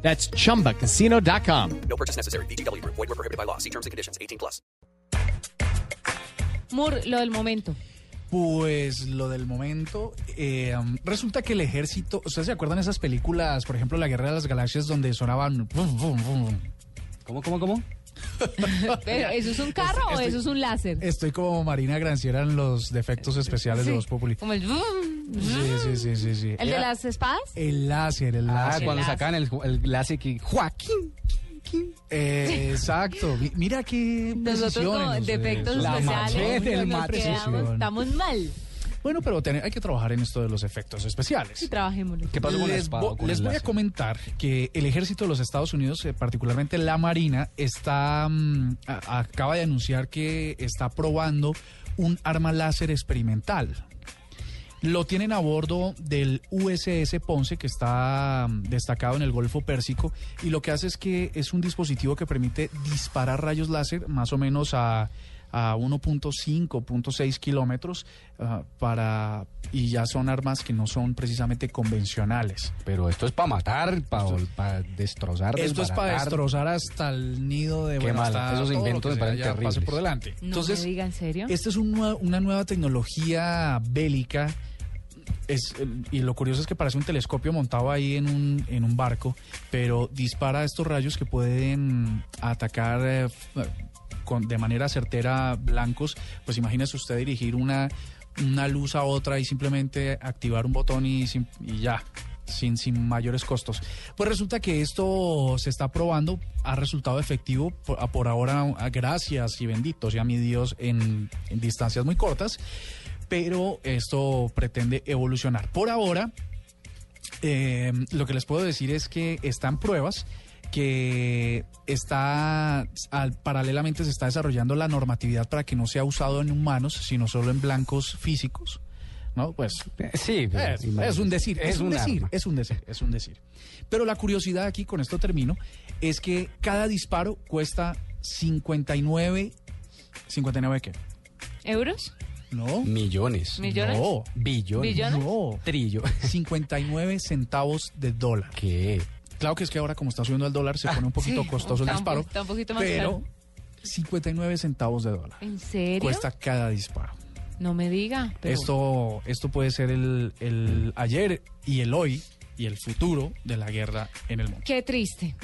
That's chumbacasino.com. No purchase necessary. BGW. Void were prohibited by law. See terms and conditions. 18 plus. Mur, lo del momento. Pues lo del momento, eh, resulta que el ejército, ¿ustedes se acuerdan de esas películas, por ejemplo, La Guerra de las Galaxias, donde sonaban... bum, bum, bum? ¿Cómo, cómo, cómo? Pero, ¿eso es un carro o eso es un láser? Estoy como Marina Granciera en los defectos especiales de los Populi. Como el... vroom, Sí, sí, sí, sí, sí. ¿El de las espadas? El láser, el Ah, láser. cuando láser. sacaban el, ju- el láser que... Joaquín. Eh, exacto. Mi- Mira qué Nosotros precisiones, con ustedes. defectos La especiales machete, el nos machete. quedamos- estamos mal. Bueno, pero ten- hay que trabajar en esto de los efectos especiales. Y trabajémoslo. ¿Qué pasó con la les espada? vo- o con les el voy a láser? comentar que el ejército de los Estados Unidos, eh, particularmente la Marina, está mm, a- acaba de anunciar que está probando un arma láser experimental. Lo tienen a bordo del USS Ponce, que está mm, destacado en el Golfo Pérsico, y lo que hace es que es un dispositivo que permite disparar rayos láser más o menos a, a 1.5, 0.6 kilómetros, ah, para, y ya son armas que no son precisamente convencionales. Pero esto es para matar, para destrozar, Esto es para desbaratar. destrozar hasta el nido de... Qué mal, hasta esos todo lo que inventos me sea, parecen ya pase terribles. por delante. No Entonces, me diga, ¿en serio? esta es un nue- una nueva tecnología bélica. Es, eh, y lo curioso es que parece un telescopio montado ahí en un, en un barco, pero dispara estos rayos que pueden atacar eh, f- con- de manera certera blancos. Pues imagínese usted dirigir una, una luz a otra y simplemente activar un botón y, sim- y ya. Sin, sin mayores costos. Pues resulta que esto se está probando, ha resultado efectivo por, a- por ahora, a- gracias y bendito sea mi Dios, en- en distancias muy cortas pero esto pretende evolucionar. Por ahora, eh, lo que les puedo decir es que están pruebas que está al- paralelamente se está desarrollando la normatividad para que no sea usado en humanos, sino solo en blancos físicos. ¿No? Pues Eh, Sí, pero es, imagínate. es un decir, es, un, decir, arma. es un decir, es un decir. Pero la curiosidad aquí, con esto termino, es que cada disparo cuesta 59 59 qué? ¿Euros? No. Millones. ¿Millones? No. Billones. ¿Billones? No. Trillo. 59 centavos de dólar. ¿Qué? Claro que es que ahora como está subiendo el dólar se pone un poquito costoso el Ah, está un po- disparo, está un poquito más pero caro. 59 centavos de dólar ¿En serio? cuesta cada disparo. No me diga. pero- Esto esto puede ser el, el ayer y el hoy y el futuro de la guerra en el mundo. Qué triste.